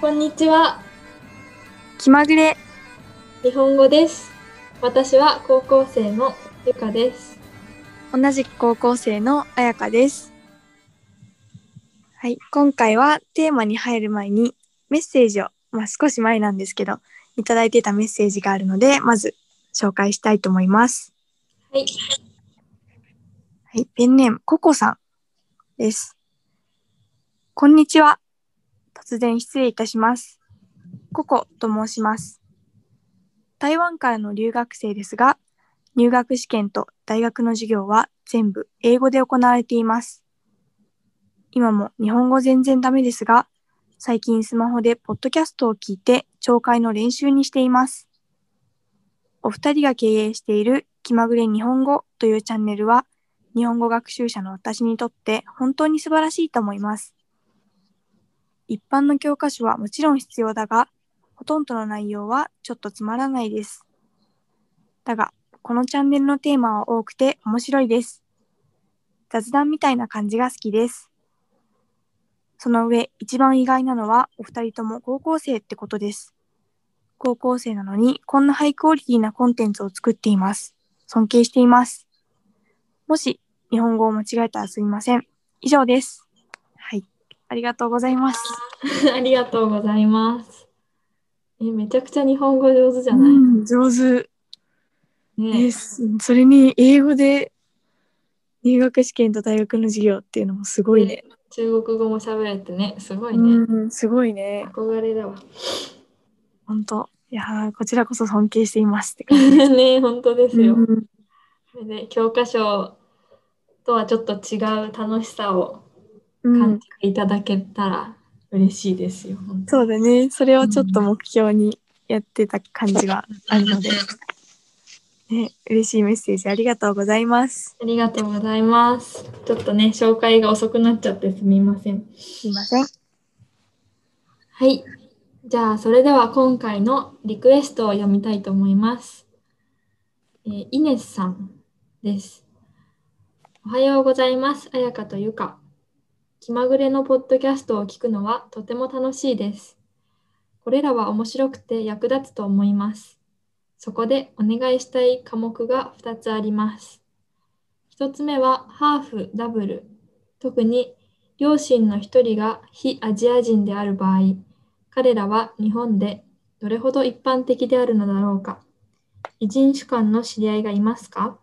こんにちは。気まぐれ日本語です。私は高校生のゆかです。同じく高校生のあやかです。はい、今回はテーマに入る前にメッセージを、まあ、少し前なんですけど、いただいてたメッセージがあるので、まず紹介したいと思います。はい。 はい、ペンネームココさんです。こんにちは。突然失礼いたします。ココと申します。台湾からの留学生ですが、入学試験と大学の授業は全部英語で行われています。今も日本語全然ダメですが、最近スマホでポッドキャストを聞いて聴解の練習にしています。お二人が経営している気まぐれ日本語というチャンネルは、日本語学習者の私にとって本当に素晴らしいと思います。一般の教科書はもちろん必要だが、ほとんどの内容はちょっとつまらないです。だが、このチャンネルのテーマは多くて面白いです。雑談みたいな感じが好きです。その上、一番意外なのはお二人とも高校生ってことです。高校生なのにこんなハイクオリティなコンテンツを作っています。尊敬しています。もし日本語を間違えたらすみません。以上です。はい。ありがとうございます。ありがとうございます。え、めちゃくちゃ日本語上手じゃない、うん、上手ねです。それに英語で入学試験と大学の授業っていうのもすごいね。中国語も喋れてね、すごいね。うん、すごいね。憧れだわ。本当。いやーこちらこそ尊敬していますって感じ。 ね本当ですよ。うんそれで教科書とはちょっと違う楽しさをう感んじていただけたら嬉しいですよ。本当そうだね。それをちょっと目標にやってた感じがあるので。ね、嬉しいメッセージありがとうございます。ありがとうございます。ちょっとね、紹介が遅くなっちゃってすみません。すいません。はい。じゃあ、それでは今回のリクエストを読みたいと思います。えーイネスさんです。おはようございます。あやかとゆか。気まぐれのポッドキャストを聞くのはとても楽しいです。これらは面白くて役立つと思います。そこでお願いしたい科目が2つあります。1つ目はハーフ、ダブル。特に両親の一人が非アジア人である場合、彼らは日本でどれほど一般的であるのだろうか。異人種間の知り合いがいますか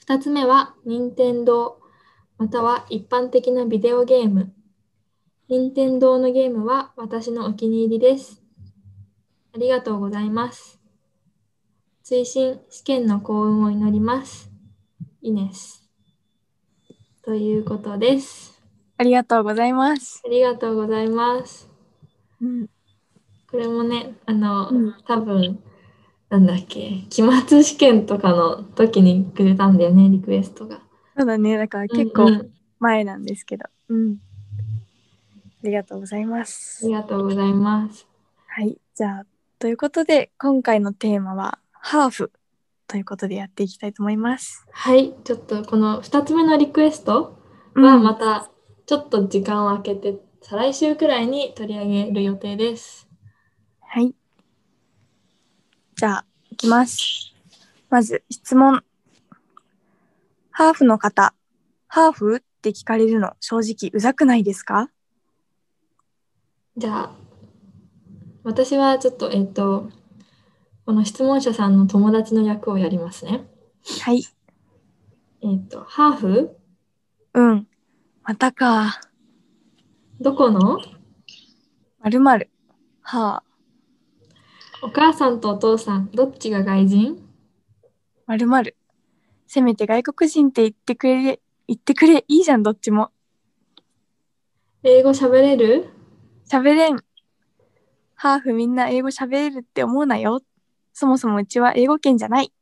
二つ目は、任天堂または一般的なビデオゲーム。任天堂のゲームは私のお気に入りです。ありがとうございます。追伸試験の幸運を祈ります。イネス。ということです。ありがとうございます。ありがとうございます。うん、これもね、あの、うん多分なんだっけ、期末試験とかの時にくれたんだよね、リクエストが。そうだね。だから結うんう構ん前なんですけど。うん。ありがとうございますあ。りがとうございます。はい、じゃあということで今回のテーマはハーフということでやっていきたいと思います。はい、ちょっとこの2つ目のリクエストはまたちょっと時間を空けて、再来週くらいに取り上げる予定です。はい。じゃあいきます。まず質問。ハーフの方、ハーフって聞かれるの正直うざくないですか？じゃあ、私はちょっと、えっと、この質問者さんの友達の役をやりますね。はい。えっと、ハーフうん。またか。どこのまるまる。はあ。お母さんとお父さん、どっちが外人まるまる。せめて外国人って言ってくれ言ってくれいいじゃんどっちも。英語喋れる喋れん。ハーフみんな英語喋れるって思うなよ。そもそもうちは英語圏じゃない。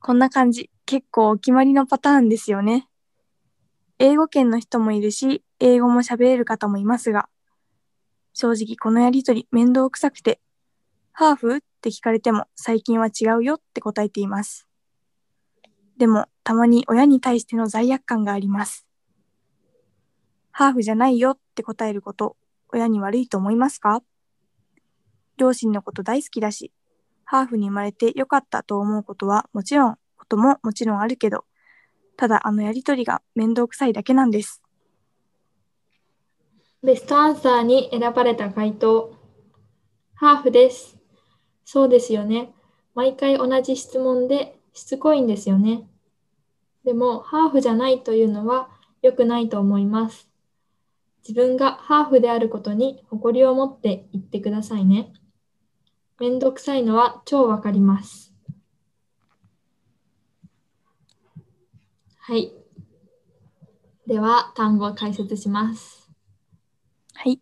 こんな感じ、結構お決まりのパターンですよね。英語圏の人もいるし、英語も喋れる方もいますが、正直このやりとり面倒くさくて、ハーフって聞かれても最近は違うよって答えています。でも、たまに親に対しての罪悪感があります。ハーフじゃないよって答えること親に悪いと思いますか両親のこと大好きだし、ハーフに生まれてよかったと思うことはもちろん、ことももちろんあるけど、ただあのやりとりが面倒くさいだけなんです。ベストアンサーに選ばれた回答。ハーフです。そうですよね。毎回同じ質問でしつこいんですよね。でも、ハーフじゃないというのは良くないと思います。自分がハーフであることに誇りを持って言ってくださいね。めんどくさいのは超わかります。はい。では、単語を解説します。はい。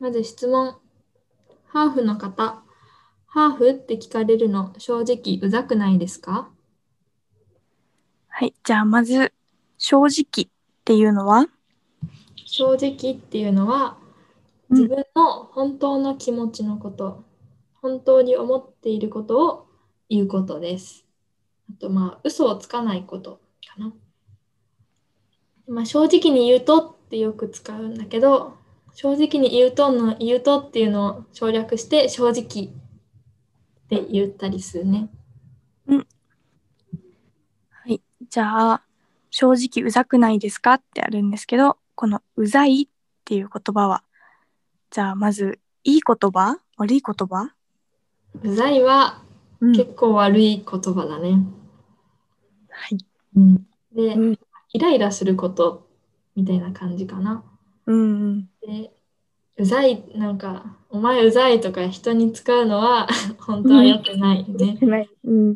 まず質問。ハーフの方、ハーフって聞かれるの正直うざくないですかはい。じゃあまず、正直っていうのは、正直っていうのはうん自分の本当の気持ちのこと、本当に思っていることを言うことです。あとまあ嘘をつかないことかな。まあ、正直に言うとってよく使うんだけど正直に言うとの言うとっていうのを省略して正直って言ったりするね。はい。じゃあ、正直うざくないですかってあるんですけど、このうざいっていう言葉は、じゃあまず、いい言葉悪い言葉うざいはうん結構悪い言葉だね。はい。うん、で、うんイライラすることみたいな感じかな。うんうん。でうざいなんか「お前うざい」とか人に使うのは 本当は良くないよね。うん。っ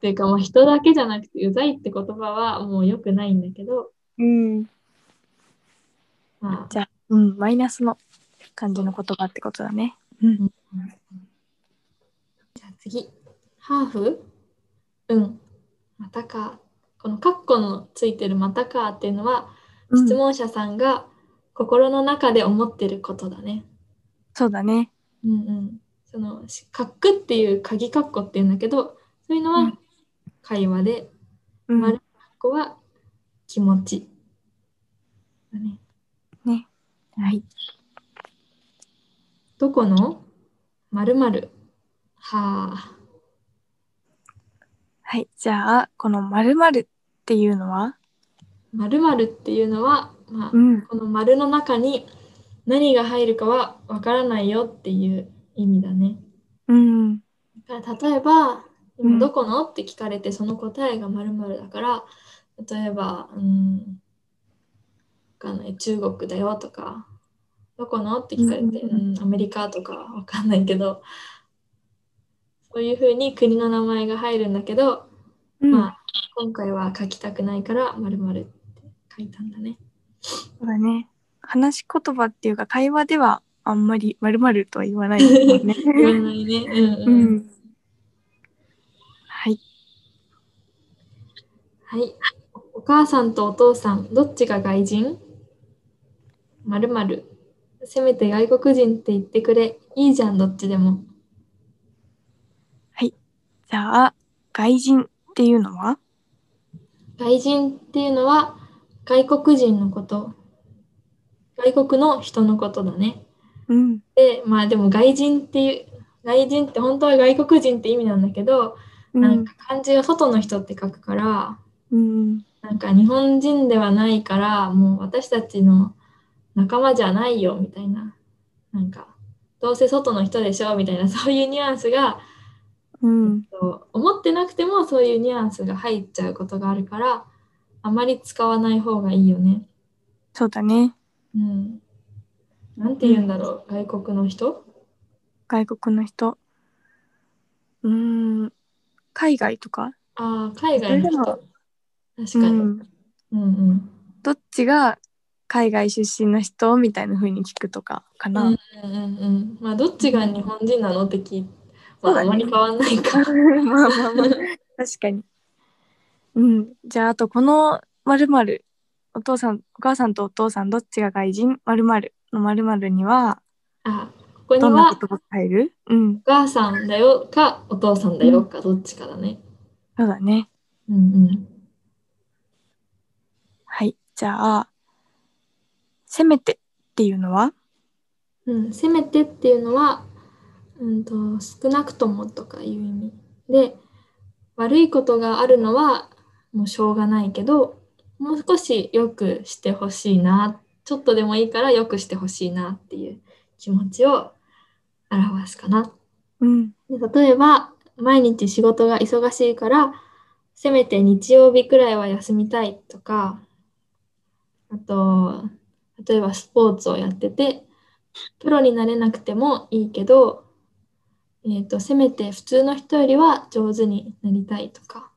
ていうかもう人だけじゃなくて「うざい」って言葉はもう良くないんだけど、うん。まあ、じゃあ、うん、マイナスの感じの言葉ってことだね。うん。じゃあ次「ハーフ」「うん」「またか」このカッコのついてる「またか」っていうのは質うん問者さんが心の中で思ってることだね。そうだね。うんうん、そのしカックっていう鍵カッコっていうんだけどそういうのうはん会話で、うん丸ここは気持ち。だねはい。どこの〇〇はあ。はい。じゃあ、この〇〇っていうのは、 〇〇っていうのは、まあん。この丸の中に何が入るかはわからないよっていう意味だね。うん。だから例えば、うん今どこのって聞かれてその答えが〇〇だから、例えば、うん、わかんない、中国だよとか、どこのって聞かれて、ううん、アメリカとかわかんないけど、そういうふうに国の名前が入るんだけど、まあ、今回は書きたくないから〇〇って書いたんだね。そうだね。話し言葉っていうか、会話ではあんまり〇〇とは言わないも んね。言わないね。うん、ううん、ん。はい。はい。お母さんとお父さん、どっちが外人まるまる。せめて外国人って言ってくれ。いいじゃん、どっちでも。じゃあ、外人っていうのは外人っていうのは外国人のこと。外国の人のことだね。うん。で、まあでも外人っていう、外人って本当は外国人って意味なんだけど、うなんん。か漢字が外の人って書くから、うん。なんか日本人ではないからもう私たちの仲間じゃないよみたいななんかどうせ外の人でしょみたいなそういうニュアンスがうん。そう思ってなくてもそういうニュアンスが入っちゃうことがあるからあまり使わない方がいいよね。そうだね。うん、なんて言うんだろう、外国の人外国の人。うーん。海外とかああ海外の人それ確かに、うんうんうんどっちが海外出身の人みたいな風に聞くとかかな。うんうんうんまあどっちが日本人なのって聞いまそうあ、だあねまり変わんない か。まあまあまあ確かに。うん、じゃああとこの〇〇お父さんお母さんとお父さんどっちが外人〇〇の〇〇にはあここにどんなは言葉が入るうんお母さんだよかお父さんだよかどっちかだね。そうだね。うんうん。はいじゃあ「せめて」っていうのはうん、せめてっていうのは、うんと、少なくともとかいう意味。で、悪いことがあるのはもうしょうがないけど、もう少し良くしてほしいな、ちょっとでもいいから良くしてほしいなっていう気持ちを表すかな。うん。で例えば毎日仕事が忙しいからせめて日曜日くらいは休みたいとかあと例えばスポーツをやっててプロになれなくてもいいけど、えー、とせめて普通の人よりは上手になりたいとか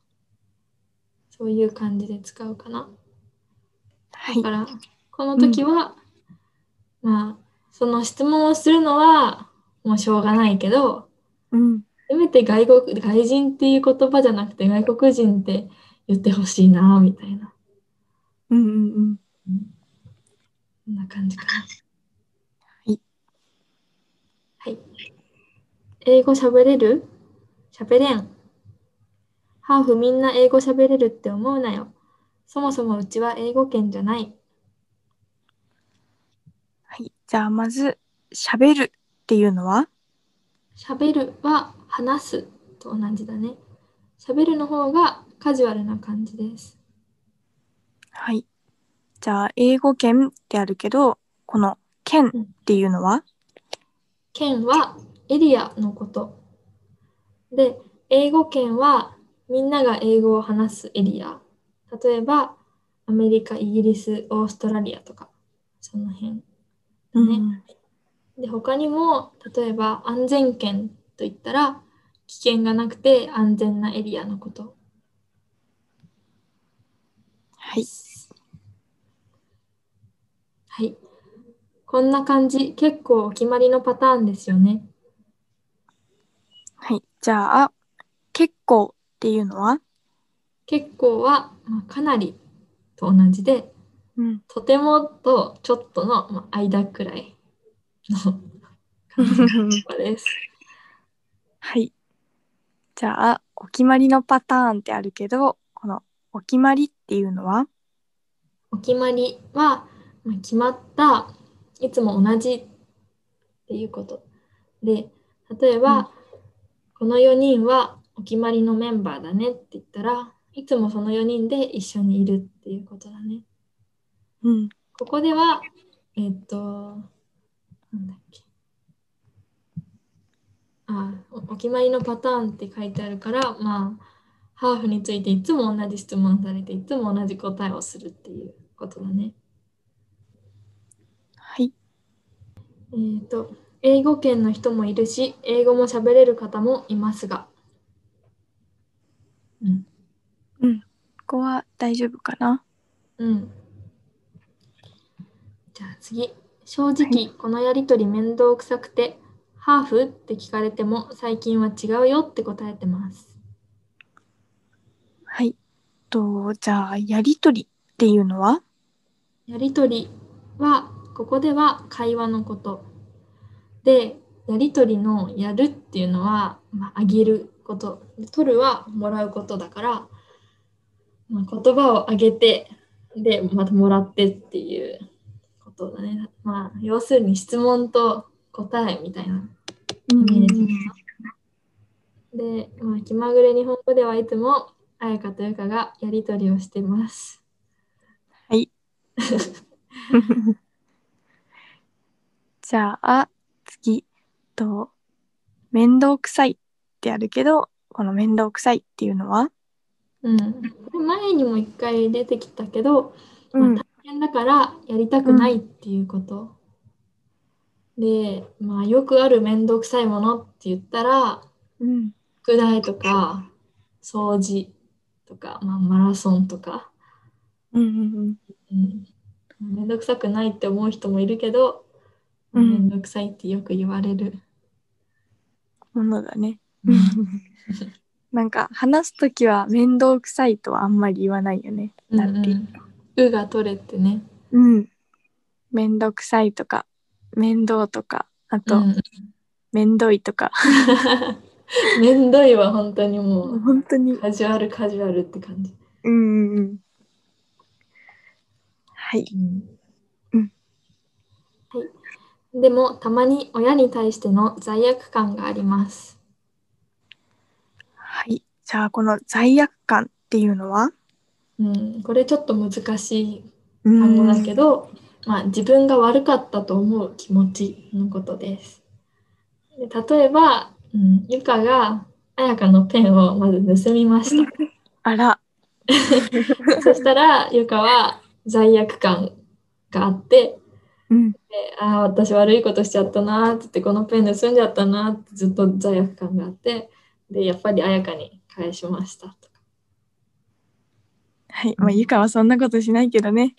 そういう感じで使うかな。はいだか。らこの時は、まあその質問をするのはもうしょうがないけどうん。せめて外国外人っていう言葉じゃなくて外国人って言ってほしいなみたいなうんうんうん。こんな感じかな。はい。はい。英語喋れる喋れん。ハーフみんな英語喋れるって思うなよ。そもそもうちは英語圏じゃない。はい。じゃあ、まず、喋るっていうのは喋るは話すと同じだね。喋るの方がカジュアルな感じです。はい。じゃあ、英語圏ってあるけど、この、圏っていうのは県はエリアのこと。で、英語圏はみんなが英語を話すエリア。例えば、アメリカ、イギリス、オーストラリアとか、その辺。うん。で、他にも、例えば安全圏といったら、危険がなくて安全なエリアのこと。はい。はい。こんな感じ、結構お決まりのパターンですよね。はい。じゃあ、結構っていうのは結構は、まあ、かなりと同じで、うん。とてもとちょっとのまあ間くらいの感じの言葉 です。 はい。じゃあ、お決まりのパターンってあるけど、この、お決まりっていうのはお決まりは、まあ、決まったいつも同じっていうことで例えば、うんこの4人はお決まりのメンバーだねって言ったらいつもその4人で一緒にいるっていうことだね。うん。ここではえっとなんだっけあおお決まりのパターンって書いてあるからまあハーフについていつも同じ質問されていつも同じ答えをするっていうことだね。はい。えっ、と英語圏の人もいるし英語も喋れる方もいますが。うんここは大丈夫かなうん。じゃあ次。正直、このやりとり面倒くさくて、ハーフって聞かれても、最近は違うよって答えてます。はい。と、じゃあ、やりとりっていうのはやりとりは、ここでは会話のこと。で、やりとりのやるっていうのは、まあ、あげること。で取るはもらうことだから、まあ、言葉をあげて、で、またもらってっていうことだね。まあ、要するに質問と答えみたいなうイメージで、まあ、気まぐれ日本語ではいつも、あやかとゆかがやりとりをしてます。はい。じゃあ、次。と、面倒くさいってあるけど、この面倒くさいっていうのはうん。これ前にも一回出てきたけど、うんまあ、大変だからやりたくないっていうこと。で、まあ、よくある面倒くさいものって言ったら、うん。宿題とか、掃除とか、まあ、マラソンとか。うんうんうん。めんどくさくないって思う人もいるけど、うめんんどくさいってよく言われる。うん。ものだね。なんか、話すときは面倒くさいとはあんまり言わないよね。なんていうか。うんうん、うが取れてね。うん。めんどくさいとか、面倒とか、あと、うんめんどいとか、めんどいは本当にもう本当に。カジュアルカジュアルって感じ。うんうんうん。はい。うんはい。でもたまに親に対しての罪悪感があります。はい。じゃあ、この罪悪感っていうのはうん、これちょっと難しい単語うだけど、まあ、自分が悪かったと思う気持ちのことです。で例えば、うん、ゆかが彩香のペンをまず盗みました。あら。 そしたらゆかは罪悪感があって、うん。でああ、私悪いことしちゃったなーって言って、このペン盗んじゃったなーってずっと罪悪感があって、で、やっぱり彩香に返しましたとか。はい。まあ、ゆかはそんなことしないけどね。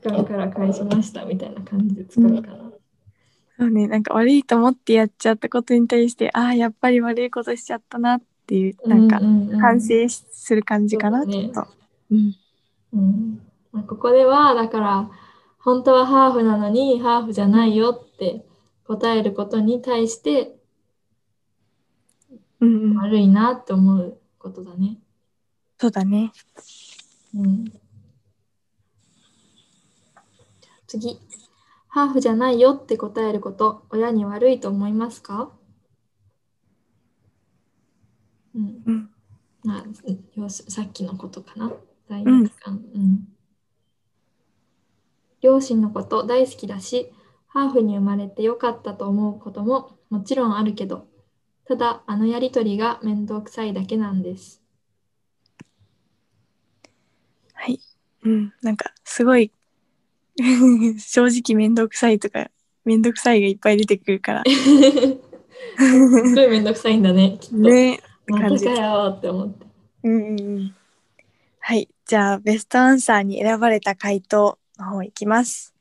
罪悪感から返しましたみたいな感じで使うかな。そうね。なんか悪いと思ってやっちゃったことに対して、ああ、やっぱり悪いことしちゃったなっていう、なんか、反省省する感じかな、そうだちねょっと。うん。うんまあ、ここではだから本当はハーフなのにハーフじゃないよって答えることに対してうんうん。悪いなって思うことだね。そうだね。うん、じゃあ次。ハーフじゃないよって答えること、親に悪いと思いますかうん。うん。まあ、要すさっきのことかな。罪悪ん感、うん両親のこと大好きだし、ハーフに生まれてよかったと思うことももちろんあるけど、ただあのやりとりが面倒くさいだけなん です。はい。うん。なんか、すごい、 正直めんどくさいとか、めんどくさいがいっぱい出てくるから。すっごいめんどくさいんだね。きっと。 ね。また感じかよって思って。うんうんうん。はい。じゃあ、ベストアンサーに選ばれた回答の方いきます。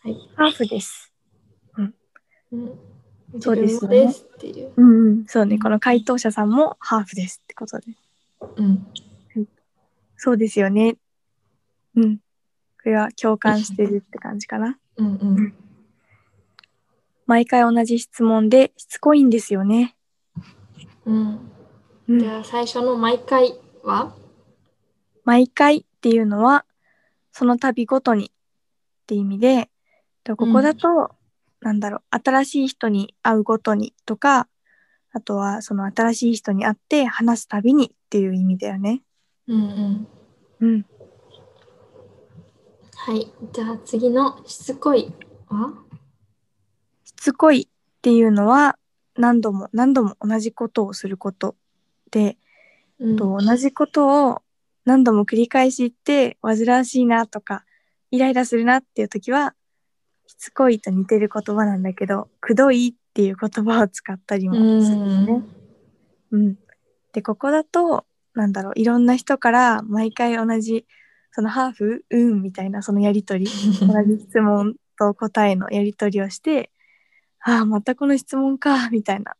はい。ハーフです。うん、そうです自よ分ねですっていう。うんうん。そうね。この回答者さんもハーフですってことで。うん。そうですよね。うん。これは共感してるって感じかな。うんうん。毎回同じ質問でしつこいんですよね。うん。うじん、ゃあ最初の毎回は、毎回っていうのはその度ごとにって意味でとここだと、なんだろう新しい人に会うごとにとかあとはその新しい人に会って話すたびにっていう意味だよね。うんうん。うん、はい。じゃあ次のしつこいは、しつこいっていうのは何度も何度も同じことをすることで、うん、と同じことを何度も繰り返し言って煩わしいなとかイライラするなっていう時はしつこいと似てる言葉なんだけどくどいっていう言葉を使ったりもするんですね。うん、でここだとなんだろういろんな人から毎回同じそのハーフうんみたいなそのやり取り同じ質問と答えのやり取りをしてああまたこの質問かみたいな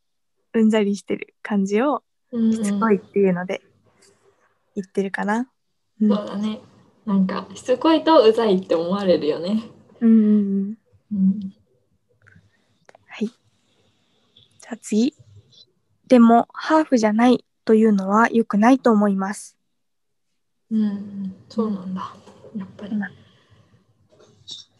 うんざりしてる感じをうん。しつこいっていうので言ってるかな。ううんん。そうだね。なんかしつこいとうざいって思われるよね。うんうんうんうん。はい。じゃあ次。でも、ハーフじゃないというのは良くないと思います。うん。そうなんだ。やっぱり。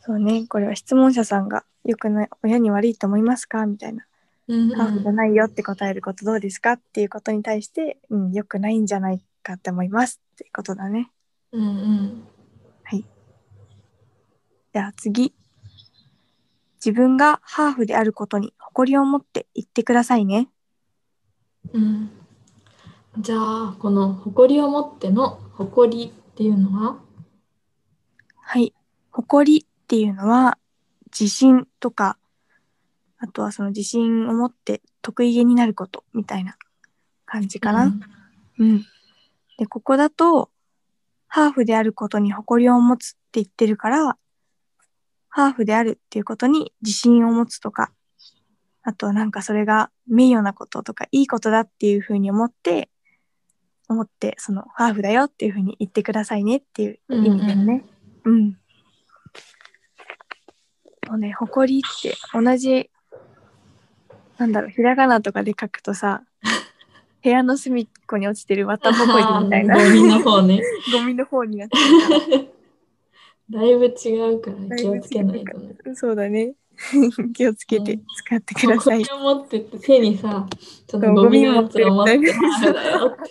そうね、これは質問者さんが良くない、親に悪いと思いますかみたいな。うんハーフじゃないよって答えることどうですかっていうことに対して、うん、良くないんじゃないかって思いますっていうことだね。うんうん。じゃあ次。自分がハーフであることに誇りを持って言ってくださいね。うん、じゃあこの「誇りを持って」の「誇り」っていうのははい。誇りっていうのは、自信とか、あとはその自信を持って得意げになることみたいな感じかな。うん。で、ここだと、ハーフであることに誇りを持つって言ってるから、ハーフであるっていうことに自信を持つとか、あとはなんかそれが名誉なこととか、いいことだっていうふうに思って、思って、そのハーフだよっていうふうに言ってくださいねっていう意味だよね。うん。そうね、誇りって同じ、なんだろう、ひらがなとかで書くとさ、部屋の隅っこに落ちてる綿ぼこりみたい なゴミの方ね。ゴミの方になっちゃうから。だいぶ違うから気をつけないとね。そうだね。 気をつけて使ってくだこさいれ。を持ってって手にさ、そそのうゴミのやつを持ゴっミて持ってるあれだよって。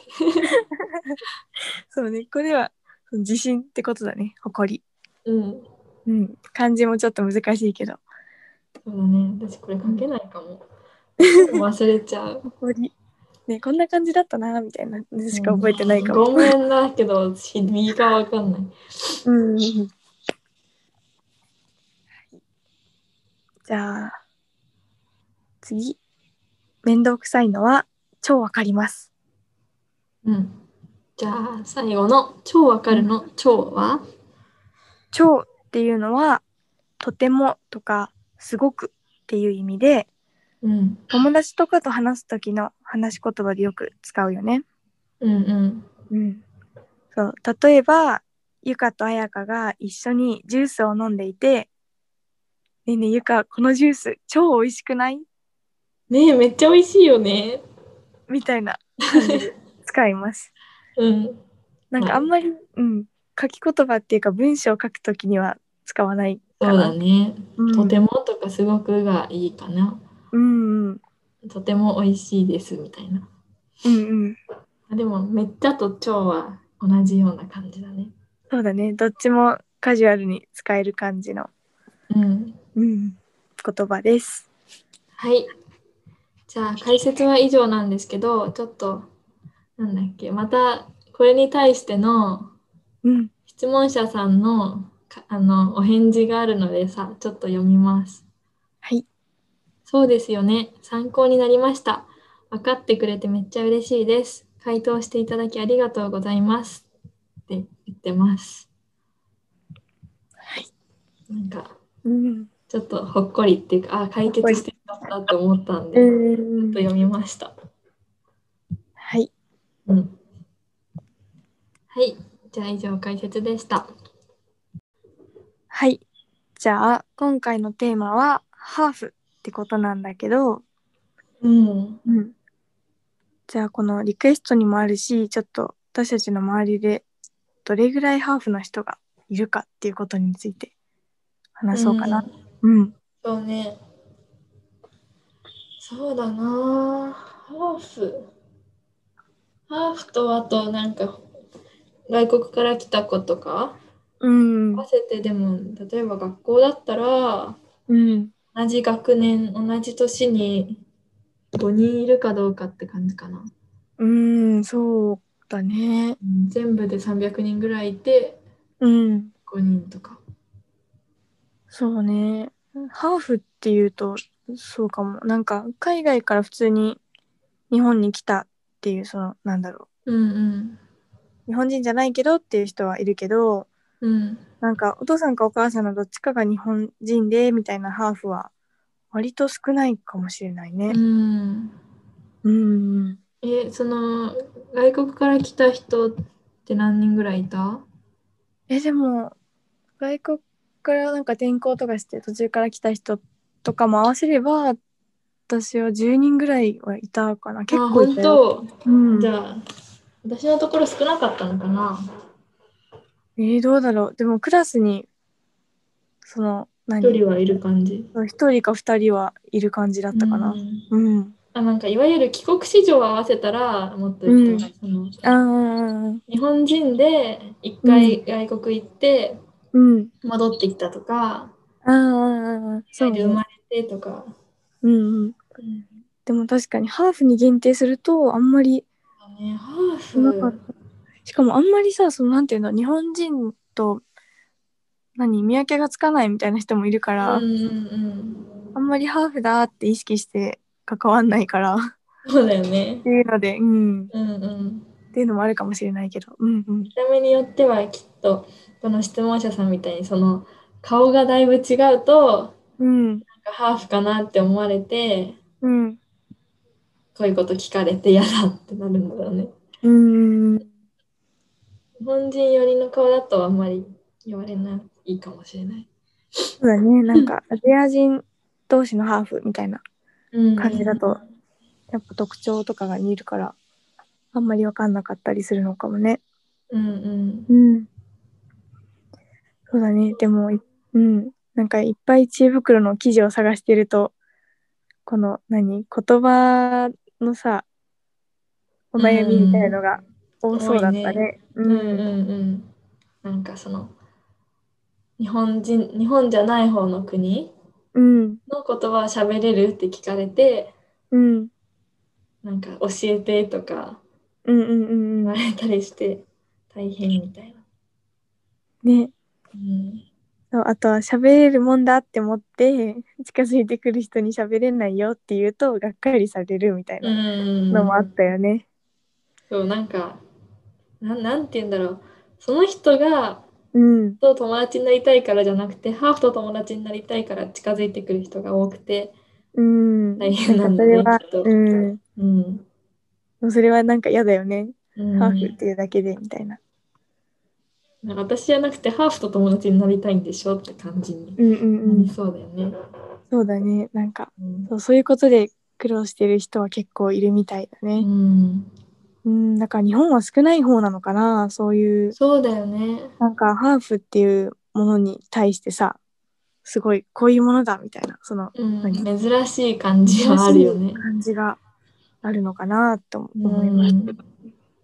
そうね。これは自信ってことだね。誇り。うん。うん。漢字もちょっと難しいけど。そうだね。私これ書けないか も。忘れちゃう。誇り。ね、こんな感じだったなみたいなのしか覚えてないかも。ごめんだけど、私右がわかんない。うん。じゃあ、次。面倒くさいのは超わかります。うん。じゃあ最後の超わかるの超は超っていうのは、とてもとか、すごくっていう意味で、うん。友達とかと話す時の話し言葉でよく使うよね。うんうん。うん。そう、例えば、ゆかとあやかが一緒にジュースを飲んでいて、ねえねえゆか、このジュース超美味しくないねえ、めっちゃ美味しいよね。みたいな感じで使います。うん。な んはいかあんまり、うん、書き言葉っていうか文章を書くときには使わないそかうな。だね。うんとてもとかすごくがいいかな。うんうんとても美味しいですみたいな。うんうん。あでも、めっちゃと超は同じような感じだね。そうだね。どっちもカジュアルに使える感じの、うん。うん、言葉です。はい。じゃあ解説は以上なんですけど、ちょっと、なんだっけ、またこれに対してのうん。質問者さんのかあのお返事があるのでさ、ちょっと読みます。はい。そうですよね。参考になりました。分かってくれてめっちゃ嬉しいです。回答していただきありがとうございます。って言ってます。はい。なんか、うん。ちょっとほっこりっていうか、あ、解決してよかったって思ったんで、うちょっんと。読みました。はい。うん。はい。じゃあ以上解説でした。はい。じゃあ、今回のテーマは、ハーフってことなんだけど、うん。うん。じゃあ、このリクエストにもあるし、ちょっと私たちの周りで、どれぐらいハーフの人がいるかっていうことについて話そうかな。んうん。そうね。そうだなあハーフ。ハーフとあとなんか外国から来た子とかうん合。わせてでも例えば学校だったらうん。同じ学年同じ年に5人いるかどうかって感じかな。うん、そうだね。うん全部で300人ぐらいいてうん。 5人とか。そうね。ハーフっていうと、そうかも。なんか、海外から普通に日本に来たっていう、その、なんだろう。うんうん。日本人じゃないけどっていう人はいるけどうんなんかお父さんかお母さんのどっちかが日本人でみたいなハーフは割と少ないかもしれないねう。ん、うん、えその外国から来た人って何人ぐらいいたえでも外国からなんか転校とかして途中から来た人とかも合わせれば私は10人ぐらいはいたかな結あ構い本たよ。当、うんじ、ゃあ私のところ少なかったのかなえーどうだろうでもクラスにその何一人はいる感じ1人か2人はいる感じだったかなう。んうん、あなんかいわゆる帰国子女を合わせたらもっといった、うそのああ日本人で一回外国行ってうん戻ってきたとか、ああ、そ海外でうね生まれてとか、うんうん。うんでも確かにハーフに限定するとあんまり、そうね、ハーフなかった。しかもあんまりさ、そのなんていうの、日本人と何見分けがつかないみたいな人もいるから、うんうんあんまりハーフだって意識して関わんないからっうんそうだよねていうので、うん、うんうんっていうのもあるかもしれないけど、うんうん。見た目によってはきっとこの質問者さんみたいにその顔がだいぶ違うとうん、なんかハーフかなって思われてうん、こういうこと聞かれて嫌だってなるんだろうねうん、日本人寄りの顔だとあんまり言われないかもしれない、そうだね、なんかアジア人同士のハーフみたいなうん感じだとやっぱ特徴とかが似るからあんまり分かんなかったりするのかもね。うんうんうん。そうだね。でも、いうん。なんかいっぱい知恵袋の記事を探してると、この何言葉のさ、お悩みみたいのが多そうだった多いね。ううんうんん。うん。なんかその、日本人、日本じゃない方の国うん。の言葉を喋れるって聞かれて、うん。なんか教えてとかうんうんう言んうわん。れたりして大変みたいな。ね。うん、そうあとは喋れるもんだって思って、近づいてくる人に喋れないよって言うと、がっかりされるみたいなうん、のもあったよね。そうなんかなんなんて言うんだろうその人がうん。と友達になりたいからじゃなくてハーフと友達になりたいから近づいてくる人が多くてうん。大変なんだそれねはきっとうん。うん、それはなんか嫌だよね。うん、ハーフっていうだけでみたいな。なんか私じゃなくてハーフと友達になりたいんでしょって感じにうんうんうなりん。そうだよね、そうだね。なんかうんそう、そういうことで苦労してる人は結構いるみたいだうね。ん、うん、だから日本は少ない方なのかな。そういう、そうだよねなんかハーフっていうものに対してさ、すごいこういうものだみたいな、そのうん、珍しい感じはあるよね。感じがあるのかなとう思います。ん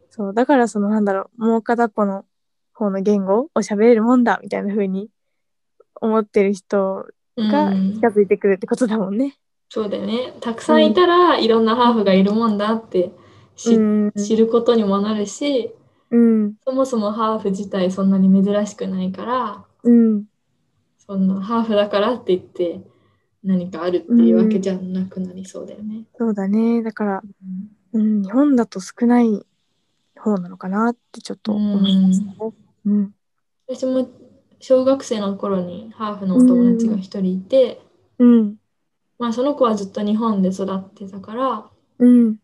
そう、だからそのなんだろう、もう片っぽの方の言語を喋れるもんだみたいな風に思ってる人がうん近づいてくるってことだもんね。そうだよね。たくさんいたらいろんなハーフがいるもんだって知,、うん、知ることにもなるし、うん、そもそもハーフ自体そんなに珍しくないから、うん、そんなハーフだからって言って何かあるっていうわけじゃなくなりそうだよね。そうだね。だから、うん、日本だと少ない方なのかなってちょっと思いましたね。うん、私も小学生の頃にハーフのお友達が一人いて、うん、まあその子はずっと日本で育ってたから、うん、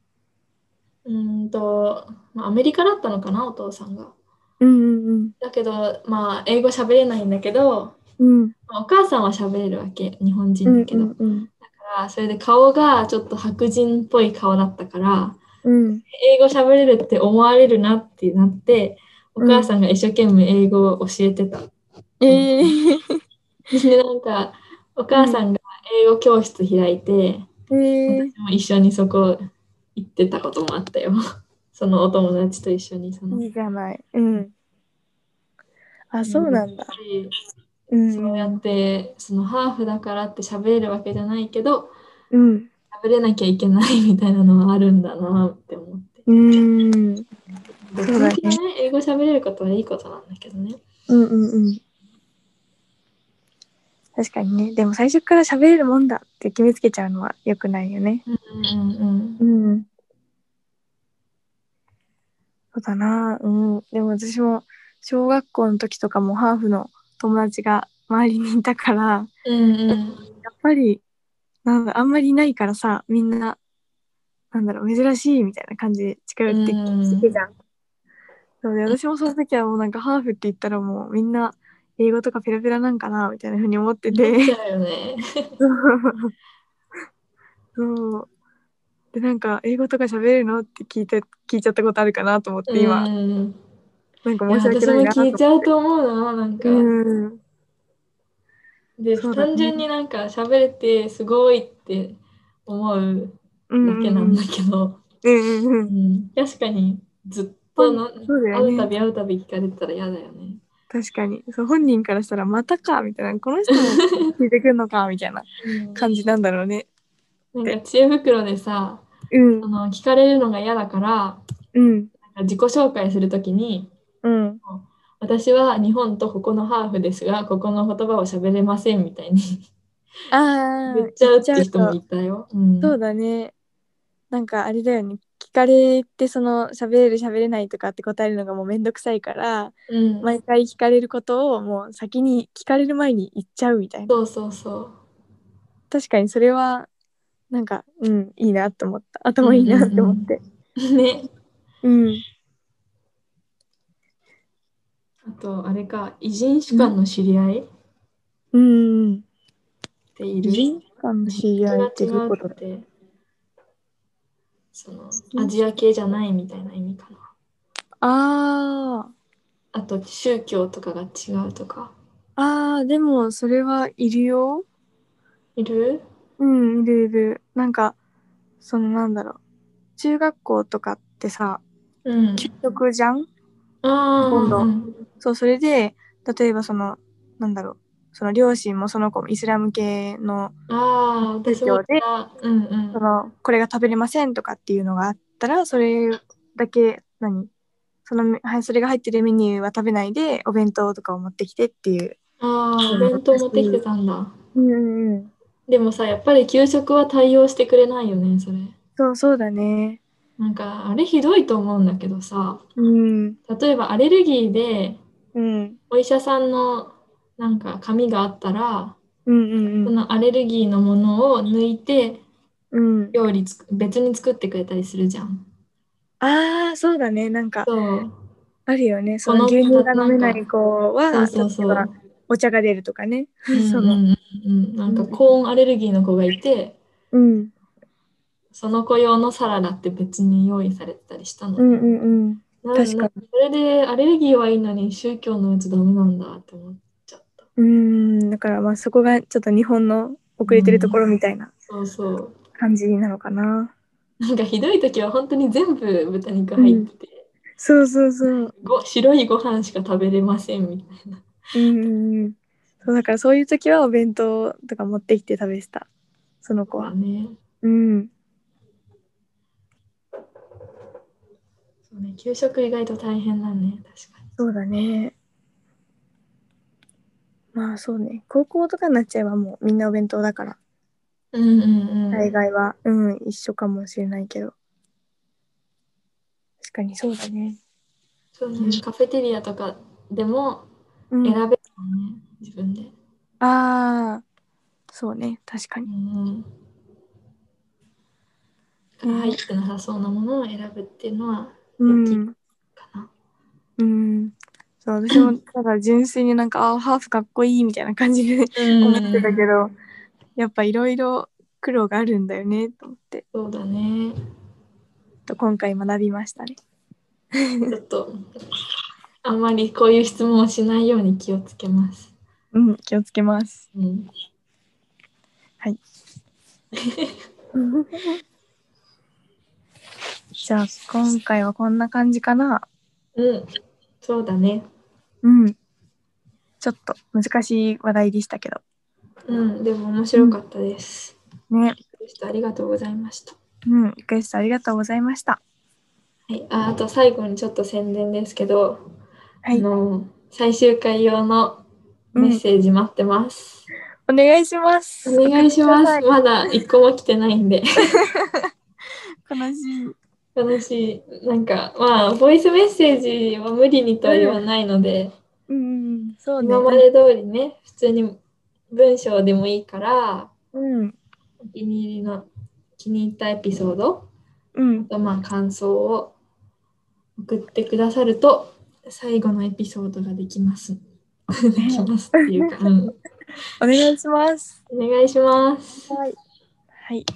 うーんと、まあ、アメリカだったのかな、お父さんが。うん、うん、だけど、まあ英語喋れないんだけど、うん、まあお母さんは喋れるわけ日本うん、う人んだけど、だ、うん、からそれで顔がちょっと白人っぽい顔だったからうん、英語喋れるって思われるなってなってお母さんが一生懸命英語を教えてた、 えー、でなんかお母さんが英語教室開いて、えー、私も一緒にそこ行ってたこともあったよ そのお友達と一緒にその、いいじゃない。うん。あ、そうなんだ。う、そうんやってそのハーフだからって喋れるわけじゃないけどうん。食べれなきゃいけないみたいなのはあるんだなって思って。うん。どっそうだねちもね、英語喋れることはいいことなんだけどね。うんうんうん。確かにね。でも最初から喋れるもんだって決めつけちゃうのは良くないよね。うんうんうん。そうだな。うん。でも私も小学校の時とかもハーフの友達が周りにいたから、うん。うんうん。やっぱり、なんだ、あんまりいないからさ、みんな、なんだろう、珍しいみたいな感じで近寄ってきてじゃん。そうで、私もその時はもうなんかハーフって言ったらもうみんな英語とかペラペラなんかなみたいな風に思って思っちて。ゃうよね。 そう。で、なんか英語とか喋れるのって聞いて、聞いちゃったことあるかなと思って今、うんなんかいや申し私訳もないな聞とい思っちて。ゃうと思うな、なんか。うん。で、そうだね単純になんか喋れてすごいって思ううだんうんけなんだけど、うんうんう。うんん確かにずっとのそうだよ会ねうたび会うたび聞かれたら嫌だよね。確かにそう本人からしたら「またか」みたいな「この人も聞いてくるのか」みたいな感じなんだろうね。うんなんか知恵袋でさ、うんあの聞かれるのが嫌だからうんなんか自己紹介するときにうん私は日本とここのハーフですがここの言葉を喋れませんみたいにああ言っちゃうって人もいたよ。うんそうだねなんかあれだよね聞かれてその喋れる喋れないとかって答えるのがもうめんどくさいからうん毎回聞かれることをもう先に聞かれる前に言っちゃうみたいなそうそうそう。確かにそれはなんかうんいいなと思った頭いいなって思って ね。うんあとあれか異人種間の知り合いっうんうんている。人間の知り合いってどういうことだ違うってそのアジア系じゃないみたいな意味かな。あーあと宗教とかが違うとか。あああ、でもそれはいるよ。いるうん、いるいる。なんか、そのなんだろう。中学校とかってさ、うん。給食じゃんあー今度うんそう、それで、例えばその、なんだろう。その両親もその子もイスラム系の、ああ、私も授た。うんうんそ。の、これが食べれませんとかっていうのがあったら、それだけ、何その、はい、それが入ってるメニューは食べないで、お弁当とかを持ってきてっていう。ああ、お弁当持ってきてたんだ。うんうんうん。でもさ、やっぱり給食は対応してくれないよね、それ。そう、そうだね。なんか、あれひどいと思うんだけどさ、うん。例えばアレルギーでうん。お医者さんのなんか紙があったら、うんうんそのアレルギーのものを抜いてうん。うん。料理つく別に作ってくれたりするじゃん。ああ、そうだね。なんか、そうあるよね。そこのの牛乳が飲めない子そは、うそうそう。例えばお茶が出るとかね。うんそうんうのんうん、なんか高温アレルギーの子がいて、うん。その子用のサラダって別に用意されてたりしたの。うんうんうん。なん確かそれでアレルギーはいいのに宗教のやつダメなんだって思っちゃった。うん。だから、まあ、そこがちょっと日本の遅れてるところみたいなそうそう。感じなのかな。なんかひどい時は本当に全部豚肉入ってて、そうそうそう。ご白いご飯しか食べれませんみたいな。うんうんうん。そう、だからそういう時はお弁当とか持ってきて食べてた。その子は。ねうん。そうね。給食意外と大変だね、確かに。そうだね。まあそうね。高校とかになっちゃえばもうみんなお弁当だから、うんうんうん。大概は、うん、一緒かもしれないけど。確かにそうだね。そうね。カフェテリアとかでもうん、選べるあもんね、自分で。あー、そうね。確かうに。んうん。入ってなさそうなものを選ぶっていうのはう大きいん。かな。うん。そう、私も、ただ純粋になんか、ああ、ハーフかっこいいみたいな感じで思ってたけど、やっぱいろいろ苦労があるんだよね、と思って、そうだね。と今回学びましたね。ちょっと、あんまりこういう質問をしないように気をつけます。うん、気をつけます。うん、 じゃあ今回はこんな感じかな。うん、そうだね。うん。ちょっと難しい話題でしたけど。うん、でも面白かったです。ね。リクエストありがとうございました。うん。リクエストありがとうございました。はい、ああと最後にちょっと宣伝ですけど、はいあの最終回用のメッセージ待ってます。お願いします。お願いし送ってくだまさす。まだ一個も来てないんで。 悲しい。楽しい。なんか、まあ、ボイスメッセージは無理にとは言わないので、うん。そうね。今まで通りね、普通に文章でもいいから、うん。お気に入りの気に入ったエピソードうん。とまあ感想を送ってくださると最後のエピソードができます。できますっていうか、うんお願いします。お願いします。はい。はい。じ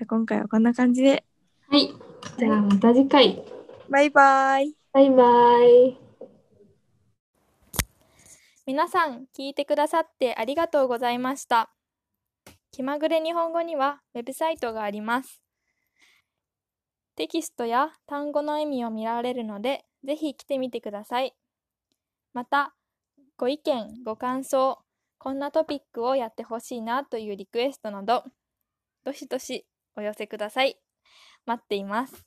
ゃあ今回はこんな感じで。はい。じゃあまた次回。バイバイ。バイバイ。皆さん聞いてくださってありがとうございました。気まぐれ日本語にはウェブサイトがあります。テキストや単語の意味を見られるので、ぜひ来てみてください。また、ご意見、ご感想、こんなトピックをやってほしいなというリクエストなど、どしどしお寄せください。待っています。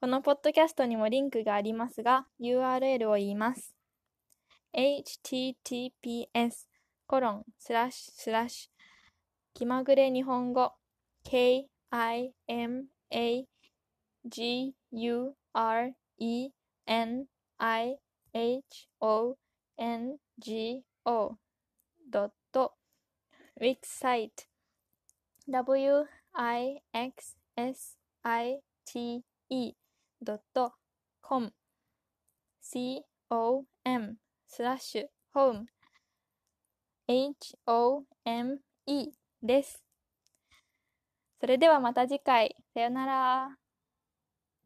このポッドキャストにもリンクがありますが、URL を言います。https コロンスラッシュスラッシュ気まぐれ日本語 kimagureniho wixsite wixsite.com com スラッシュホーム HOME です。それではまた次回。さよなら。